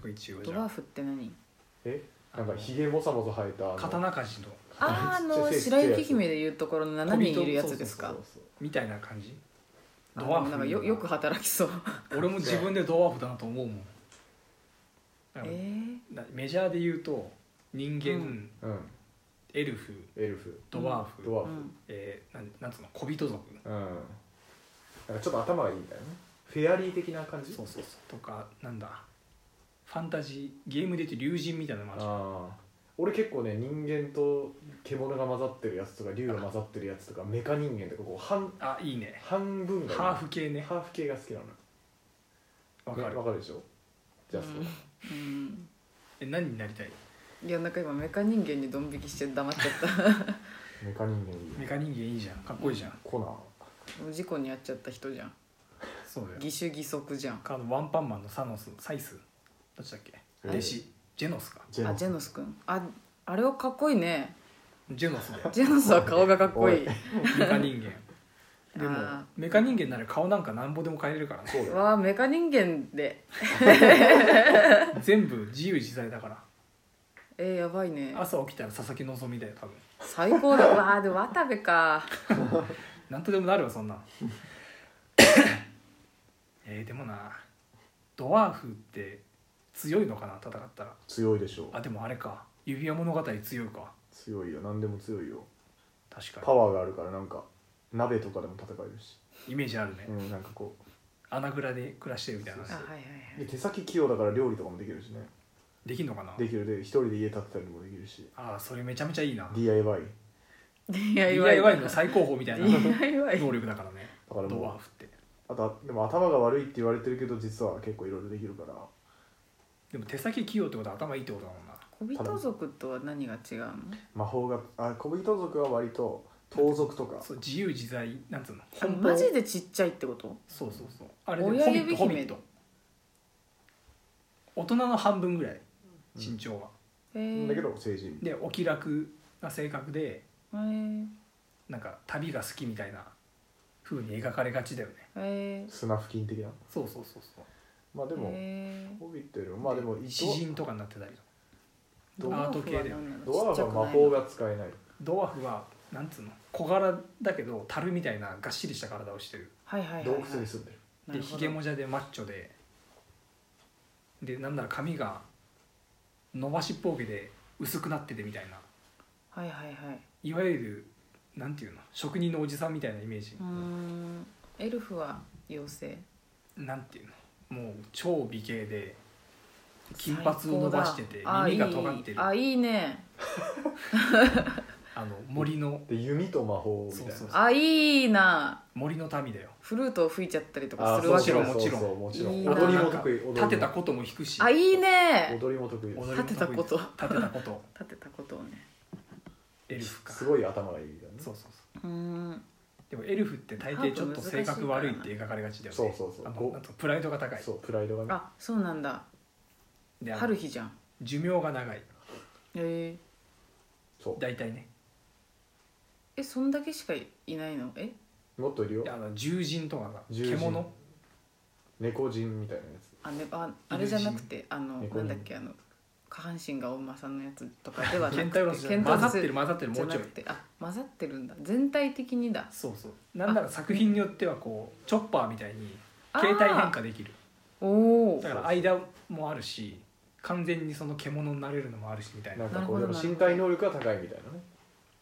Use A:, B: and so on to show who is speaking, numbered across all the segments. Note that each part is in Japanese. A: ク一応
B: ド
A: じ
B: ワ
A: ゃ
B: ーフって何
C: え
A: あ
C: なんかひげもさもさ生えたあの
A: 刀鍛冶の
B: あーあ
C: ちっち
B: の
C: ゃいやつ
B: 白雪姫でいうところの7人いるやつですか
C: そうそうそう
A: みたいな感じ
B: あ
A: ド
B: でも
A: ワーフ
B: なんかよよく働きそう
A: 俺も自分でドワーフだなと思うもんなんか
B: えー
A: なメジャーで言うと人間、
B: うん
C: そううん
A: エルフ
C: エルフ
A: ドワーフ、
C: ドワ
B: う
C: ーフ
B: ん
A: えーなんなんつうの小人族
C: うん、なんかちょっと頭がいいんだよねフェアリー的な感じ
A: そうそうそうとかなんだファンタジーゲームで言うと竜神みたいなのもあるじゃん
C: ああ俺結構ね人間と獣が混ざってるやつとか竜が混ざってるやつとかメカ人間とかこう半
A: あいいね
C: 半分がいい
A: ハーフ系ね
C: ハーフ系が好きなの
A: わか
C: ね
A: る
C: わかるでしょジャスト、
B: うん
A: え何になりたい
B: いやなんか今メカ人間にドン引きして黙っちゃった
C: メカ人間いいよ
A: メカ人間いいじゃんかっこいいじゃん、
C: コナン
B: もう事故に遭っちゃった人じゃん
A: そうだよ
B: 義手義足じゃん
A: カードワンパンマンのサノスサイスどっちだっけ
C: えー
A: 弟子ジェノスか
C: ジェ
B: あ
C: ノ
B: ジェノスくんああれはかっこいいね
A: ジェノ スだよ
B: ジェノスは顔がかっこいい
A: メカ人間でも
B: あ
A: メカ人間なら顔なんかなんぼでも変えれるからね
C: そうだよ
B: わあメカ人間で
A: 全部自由自在だから
B: えー、やばいね
A: 朝起きたら佐々木希だよ多分
B: 最高だわあでも渡部か
A: なんとでもなるわそん なんえー、でもなドワーフって強いのかな戦ったら
C: 強いでしょう
A: あでもあれか指輪物語強いか
C: 強いよ何でも強いよ
A: 確か
C: パワーがあるからなんか鍋とかでも戦えるし、
A: にイメージあるね、
C: うん、なんかこう
A: 穴蔵で暮らしてるみたいな
B: あはいはいは
C: で
B: い
C: 手先器用だから料理とかもできるしね
A: できんのかな
C: できるで一人で家建てたりもできるし
A: ああそれめちゃめちゃいいな
C: DIY
A: DIY の最高峰みたいな
B: DIY
A: 能力だからね
C: だからもう
A: ドワーフって
C: あとでも頭が悪いって言われてるけど実は結構いろいろできるから
A: でも手先器用ってことは頭いいってことだもんな
B: 小人族とは何が違うの
C: 魔法があ小人族は割と盗賊とか
A: そう自由自在なんつうの
B: あ
A: 奔放
B: マジでちっちゃいってこと
A: そうそうそうあれで
B: 親
A: ホビッ
B: 指姫
A: トホビット大人の半分ぐらい身長は、
B: へえ
C: だけど成人
A: でお気楽な性格で
B: へー
A: なんか旅が好きみたいな風に描かれがちだよね
B: へー
C: 砂付近的な
A: そうそうそうそう
C: まあでも
B: へー
C: ホビットよりもまあでも
A: 詩人とかになってたりとか
B: ドワーフは何なの
C: ドワー
B: ちっちゃ
C: フ
B: く
C: は魔
B: ないの
C: 法が使えない
A: ドワーフはなんつうの小柄だけど樽みたいながっしりした体をしてる
B: はいはいはい
C: 洞
B: はい
C: 窟に住んでる
B: な
A: で
B: るほ
A: ひ
B: ど
A: げもじゃでマッチョででなんなら髪が伸ばしっぽうけで薄くなっててみたいな
B: はいはいはい
A: いわゆるなんていうの職人のおじさんみたいなイメージ
B: うーんエルフは妖精
A: なんていうのもう超美形で金髪を伸ばしてて
B: 最高だ
A: 耳が尖ってる
B: あ
A: あ
B: いいあいいね
A: の森の
C: で弓と魔法みたいな
A: そうそう
B: あいいな
A: 森の民だよ
B: フルートを吹いちゃったりと
C: あ
B: か
C: ー
B: するわけ
A: ちろん
C: そうそうそう
B: もちろん
C: も
B: いい
C: ちろ
B: なん
C: 踊り
A: な
C: も
A: んか
C: 得意踊りも
A: 立てたことも弾くし
B: あいいね
C: 踊りも得意です
A: 踊りも
B: 立てたこと
A: 立てたこと
B: 立てたことをね
A: エルフか
C: す
A: そう
C: ごい頭がいいみたいな
A: そうそう
B: うーん
A: でもエルフって大抵ちょっと性格悪いって描かれがちだよね
C: そうそうそう
A: あの
C: こう
A: なんかプライドが高い
C: そうプライドがね
B: あそうなんだ
A: であの
B: 春日じゃん
A: 寿命が長い
B: え
C: そ
A: 大体ね
B: えそんだけしかいないのえ
C: うもっといるよ
A: あの獣人とかが
C: 獣人
A: 獣
C: 猫人みたいなやつ
B: あ,、ね、ああれじゃなくてあの
C: 猫
B: な
C: 耳
B: んだっけあの下半身がお馬さんのやつとかで はなくて
A: ケンタウロスじゃない
B: ケンタ
A: 混
B: ウ
A: ざ
B: ロ
A: っ
B: ス
A: てる混ざってる
B: じ
A: も
B: ゃ
A: う
B: な
A: ちょ
B: く
A: い
B: てあ混ざってるんだ全体的にだ
A: そうそうなんなら作品によってはこうチョッパーみたいに
B: あー
A: 携帯変化できる
B: おお
A: だから間もあるし完全にその獣になれるのもあるしみたい
C: な
A: なん
C: かこう
B: な
C: で
B: る
C: も
B: ほど
C: 身体能力が高いみたいなね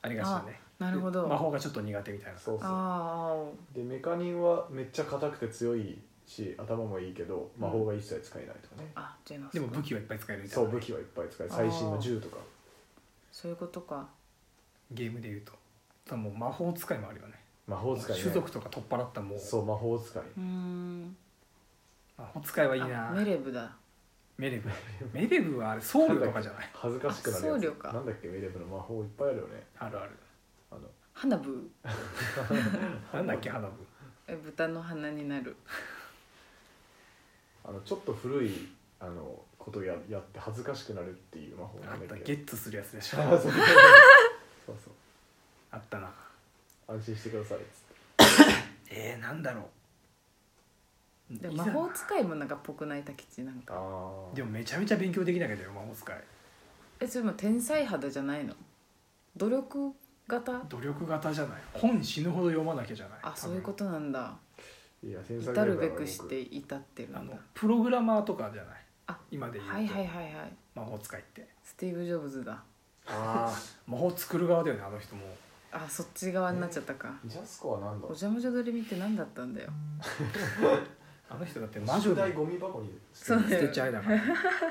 A: ありがちだね
B: なるほど
A: で魔法がちょっと苦手みたいな
C: そうそう
B: あー
C: でメカ人はめっちゃ硬くて強いし頭もいいけど魔法が一切使えないとかね、
B: あジェノス
A: でも武
B: 器
A: 器はいっぱい使えるみた
C: そ
A: いうな
C: 武器はいっぱい使える最新の銃とか
B: そういうことか
A: ゲームでいうとただもう魔法使いもあるよね
C: 魔法使い、ね、
A: 種族とか取っ払ったもう
C: そう魔法使いう
B: ーん
A: 魔法使いはいい
B: あ
A: な
B: メレブだ
A: メレブメレブはあれ僧侶とかじゃない
C: 恥ずかしくなるや
B: あ
C: つ
B: 僧侶か
C: なんだっけメレブの魔法いっぱいあるよね
A: あるある
C: あの
B: 花ブ
A: なんだっけ花部
B: え豚の鼻になる
C: あのちょっと古いあのことややって恥ずかしくなるっていう魔法
A: あ
C: な
A: っ
C: ん
A: た
C: だっ
A: ゲ
C: け
A: ッツするやつでしょ
C: あ そうそうそう
A: あったな
C: 安心してくださいっつって
A: えー、なんだろう
B: で
A: い
B: 魔
A: ざ
B: 法使いもなんかっぽくない太吉なんか
C: ああ
A: でもめちゃめちゃ勉強できなきゃだよ魔法使い
B: えそれも天才肌じゃないの努力型
A: 努力型じゃない本死ぬほど読まなきゃじゃない
B: あそういうこととなんだ
C: いや繊細
B: 至
C: だよ
B: る
C: な
B: べくし
C: 僕
B: て至ってる
A: あ
B: んだ
A: のプログラマーとかじゃない
B: あ
A: 今で言うと、
B: はいはいはいはい
A: 魔法使いって
B: スティーブ・ジョブズだ
C: あ
A: 魔法作る側だよねあの人も
B: あそっち側になっちゃったか、
C: あジャスコは何だ
B: おじゃもじゃドレミって何だったんだよ
A: あの人だって魔女
C: 宿題
A: で
C: ゴミ箱に
A: 捨て捨てちゃえだから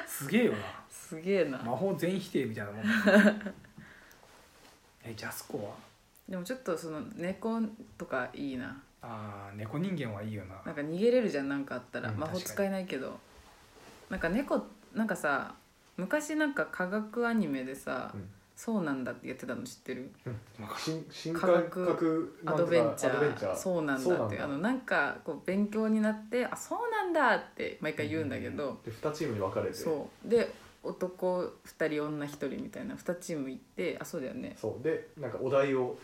A: すげえよな
B: すげえな、
A: 魔法全否定みたいなもんだ ねえジャスコは
B: でもちょっとその猫とかいいな
A: あー猫人間はいいよな
B: なんか逃げれるじゃんなんかあったら、
A: うん
B: 魔法
A: 確か
B: 使えないけどなんか猫なんかさ昔なんか科学アニメでさ、
C: うん
B: そうなんだってやってたの知ってる
C: 新新
B: 科
C: 感
B: 学
C: 覚
B: アドベンチャ
C: アドベンチャ
B: ー
C: ー
B: そうなんだってあのなんかこう勉強になってあそうなんだって毎回言うんだけど、
C: で2チームに分かれて
B: そうで男2人女1人みたいな2チーム行ってあそうだよね
C: そうでなんかお題を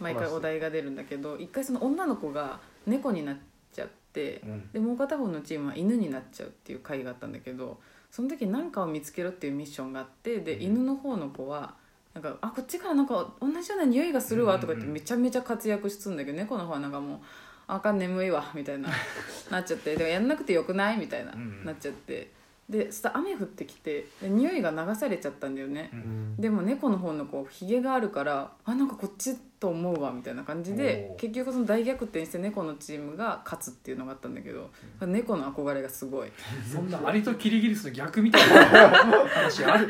B: 毎回お題が出るんだけど一回その女の子が猫になっちゃって
A: うん
B: でもう片方のチームは犬になっちゃうっていう回があったんだけどその時何かを見つけろっていうミッションがあってで犬の方の子はなんかあこっちからなんか同じような匂いがするわとか言っ
A: うん
B: て
A: うんうん
B: めちゃめちゃ活躍してたんだけど猫の方はなんかもうあかん眠いわみた いななっちゃってだからやんなくてよくないみたいな
A: うんうん
B: なっちゃってでそしたら雨降ってきてで匂いが流されちゃったんだよね。
C: うん
B: でも猫の方の子ひげがあるからあなんかこっちと思うわみたいな感じで
A: おー
B: 結局その大逆転して猫のチームが勝つっていうのがあったんだけど、猫の憧れがす ごい
A: そんなアリとキリギリスの逆みたいな話ある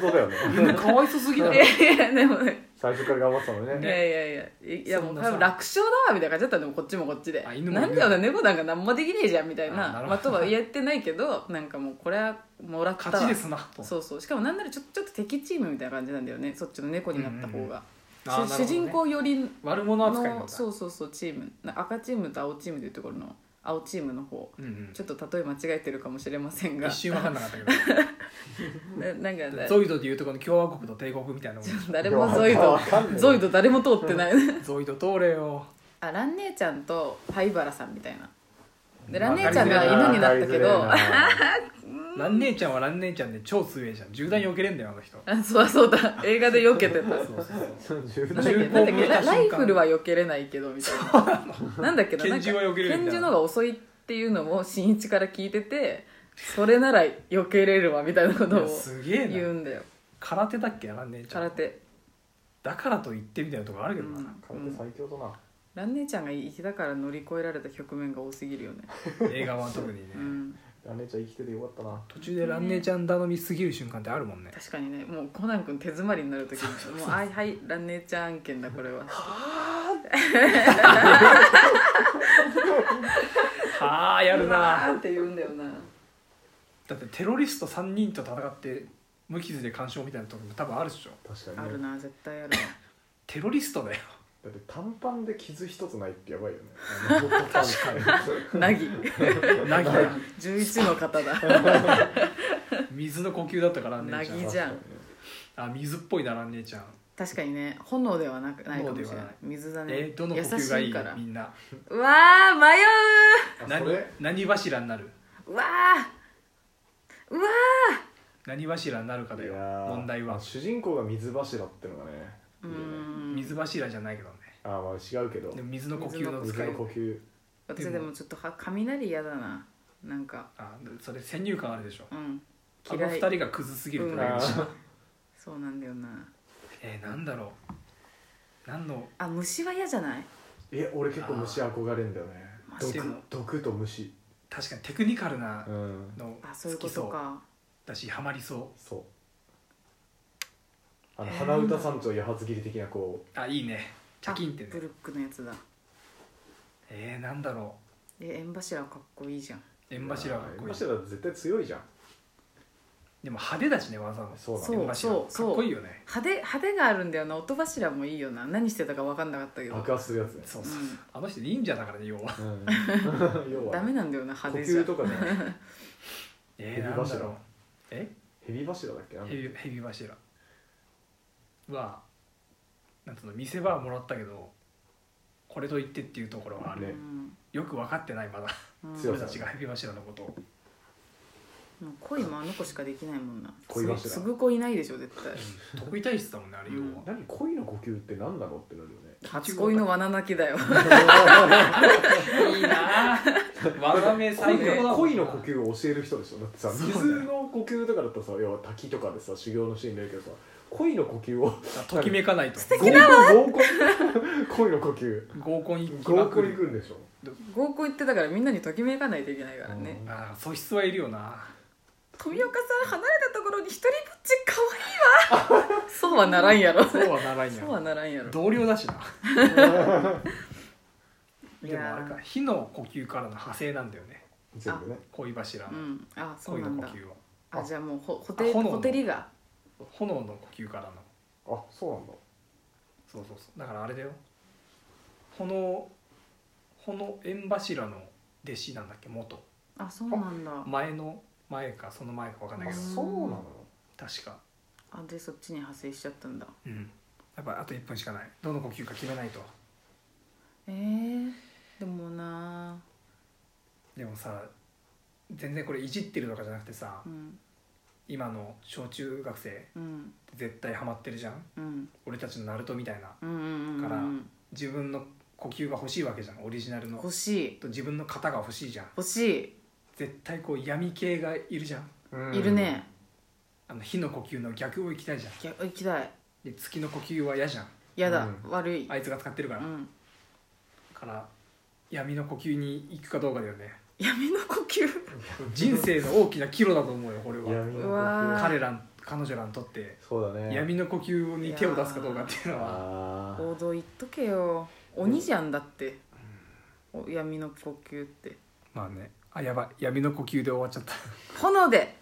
C: 本当だよね
A: 犬かわいそすぎだ
B: い
A: ろ
B: やいや でもね
C: 最初から頑張ってたのね
B: いやいやいやいや
A: そ
B: も
A: ん
B: う
A: な
B: 多
A: さ
B: 分楽勝だわみたいな感じだったのでもこっちもこっちで
A: あ犬も
B: なんだよな猫なんか何もできねえじゃんみたい
A: あな
B: な
A: るほど
B: まあとは言ってないけどなんかもうこれはもらったわ
A: 勝ちですなと
B: そうそうしかもなんならちょちょっと敵チームみたいな感じなんだよねそっちの猫になった方が、
A: あーなるほど
B: 主
A: ね
B: 主人公寄り
A: 悪者扱いなんだ
B: のそうそうそうチームな赤チームと青チームというところの青チームの方
A: うんうん
B: ちょっと例え間違えてるかもしれませんが
A: 一瞬分かんなかった け
B: ななんか
A: どゾイドでいうとこの共和国と帝国みたいなもん
B: 誰もゾイド
C: わかんない
B: ゾイド誰も通ってない
A: ゾイド通れよ
B: あ蘭姉ちゃんと灰原さんみたいなで
A: わ
B: 蘭
A: かりづらい
B: 姉ちゃんが犬になったけど
C: わかりづら いな
A: 蘭姉ちゃんは蘭姉ちゃんで超強えじゃん銃弾避けれんだよあの人
B: あそうだそうだ映画で避けてた
A: そうそうそう
C: 自分
B: なんだ
C: で
B: っ
A: 銃口向
B: けなんだっけ
A: いた
B: ラ
A: 瞬間
B: ライフルは避けれないけどみたいななんだっけな
A: 拳銃は避けれるみたいな
B: なんか拳銃の方が遅いっていうのも新一から聞いててそれなら避けれるわみたいなこと
A: い
B: を
A: やすげえ
B: 言う
A: なん
B: だよ
A: 空手だっけ蘭姉ちゃ
B: 空
A: ん
B: 手
A: だからと言ってみたいなとこあるけどな、
B: うん
C: 空手最強だな
B: ラン姉ちゃんが生きだから乗り越えられた局面が多すぎるよね、
A: 映画は特にね、
B: うん、
C: ラネちゃん生きててよかったな
A: 途中で蘭姉ちゃん頼みすぎる瞬間ってあるもんね
B: 確かにねもうコナン君手詰まりになる時にもう「はいはいラン姉ちゃん案件だこれは
A: は あ」やる
B: な
A: な
B: って言うんだよな
A: だってテロリスト3人と戦って無傷で干渉みたいなとこも多分あるでしょ
C: 確か
B: あ
C: に
B: る
C: ね
B: な絶対あるわ
A: テロリストだよ
C: だって短パンで傷一つないってやばいよね確か
B: なぎ
A: なぎだ
B: 11の方だ
A: 水の呼吸だったから蘭姉ちゃ
B: い
A: ん
B: い凪じゃん
A: あ水っぽいな蘭姉ちゃん
B: 確かにね炎ではなくないかもしれ
A: 炎では
B: な
A: いない
B: 水だね、
A: えーどの呼吸がい
B: 優し
A: い
B: いから
A: みんな
B: うわー迷
C: あそ
A: 何
C: れ
A: 何柱になる
B: ううわーうわ
A: 何柱になるかだよ
C: いやー
A: 問題は
C: 主人公が水柱ってのがね
B: ーうー
C: いいよね
B: ん
A: 水柱じゃないけどね
C: あーまあ違うけど
A: でも水の呼吸の使
C: 水
A: い
C: の呼吸
B: 私でもちょっとは雷嫌だななんか
A: あそれ先入観あるでしょ
B: うん
A: あの
B: 嫌
A: 二
B: い
A: 人がクズすぎるってだけ
C: あ
A: だし
C: ー
B: そうなんだよな
A: えー、なんだろう何の
B: あ虫は嫌じゃない
C: え俺結構虫憧れんだよね
B: マ
A: ジで
C: 毒毒と虫
A: 確かにテクニカルな
C: うん
A: の
B: あそういう
A: 好
B: こ
A: き
B: と
A: そう
B: か
A: だしハマりそ
C: そうあの鼻歌山頂八発切り的なこ
A: うあいいねチャキンってね
B: あブルックのやつだ
A: えー、なんだろ
B: え縁柱はかっこいいじゃん
A: う
C: う
A: 円柱がかっこい
C: 円
A: い
C: 柱絶対強いじゃん
A: でも派手だしね技も
C: そうだ
B: そう
A: 円
C: ね
A: 柱
B: そうそう
A: かっこいいよね
B: 派手派手があるんだよな音柱もいいよな何してたか分かんなかったけど
C: 爆発するやつね
A: そううそう、
B: ん
A: あの人忍者だからね 要は
C: うん要は
B: ダメ
C: ね
B: なんだよな
C: 呼
B: 派手じゃ
C: 吸
B: ん
C: とかね
A: えー、
C: 蛇
A: なんだ
C: 柱
A: ろうえ
C: ヘビ柱だっけなんだ
A: ヘビヘビ柱はなんつうの見せ場はもらったけどこれと言ってっていうところがある、
C: ね
A: よく分かってないまだ
B: うんうん
C: 強
A: 俺
C: さ
A: たちがヘビ柱のことを
B: もう恋もあの子しかできないもんな
C: 恋柱
B: すすぐ子いないでしょ絶対
A: 得意体質だもんねあれ要
B: うん
A: は、
C: 何恋の呼吸って何なのってなるよね
B: 初恋の罠泣きだよ
A: いいなあ技名最高だも
C: 恋
A: ん
C: の
A: な
C: 恋の呼吸を教える人でしょだってさ
A: そうだよ
C: 水の呼吸とかだとさ要は滝とかでさ修行のシーン出るけどさ恋の呼吸を
A: ときめかないと
C: 合コン合コン恋の呼吸
A: 合コン行き
C: 合
A: ま
C: コ
A: く
C: ン行
A: る
C: くんでしょ
B: 合コン行ってたからみんなにときめかないといけないからね
C: うん
A: ああ素質はいるよな
B: 富岡さん離れたところに一人ぼっち可愛い わそうはならんやろ
A: そうはならんや
B: そうはならんやろ
A: 同僚だ しな
B: い
A: でも
B: や
A: あ
B: ー
A: れか火の呼吸からの派生なんだよね
C: 全部ね
A: 恋柱の、
B: うんあそう
A: 恋
B: な
A: の
B: ん
A: 呼
B: だ
A: 吸は
B: あじゃあもうほほて
A: あ炎の
B: ほてりが
A: 炎の呼吸からの
C: あそうなんだ
A: そうそうそうだからあれだよ炎炎縁柱の弟子なんだっけ元
B: あそうなんだ
A: 前の前かその前か分かんない
C: あ
A: けど
C: そうなの
A: 確か
B: あでそっちに派生しちゃったんだ
A: うんやっぱあと1分しかないどの呼吸か決めないと
B: えー、でもな
A: でもさ全然これいじってるとかじゃなくてさ
B: うん
A: 今の小中学生
B: うん
A: 絶対ハマってるじゃん
B: うん
A: 俺たちのナルトみたいな
B: うんうんうん
A: から
B: うん
A: 自分の呼吸が欲しいわけじゃんオリジナルの
B: 欲しい
A: 自分の型が欲しいじゃん
B: 欲し
A: 絶対こう闇系がいるじゃん
C: うん
B: いいるね
A: あの火の呼吸の逆を行きたいじゃん
B: いや行きたい
A: で月の呼吸は嫌じゃん
B: やだ、
C: うん
B: 悪い、
A: あいつが使ってるから、
B: うん、
A: から闇の呼吸に行くかどうかだよね
B: 闇の呼吸
A: 人生の大きな岐路だと思うよこれ
C: 闇
A: は
C: の呼
B: うわ
C: 吸
B: ー
A: 彼ら彼女らにとって
C: そうだね
A: 闇の呼吸に手を出すかどうかっていうのは
C: あー
B: 王道言っとけよ鬼じゃんだって、お闇の呼吸って
A: まあねあやばい闇の呼吸で終わっちゃった
B: 炎で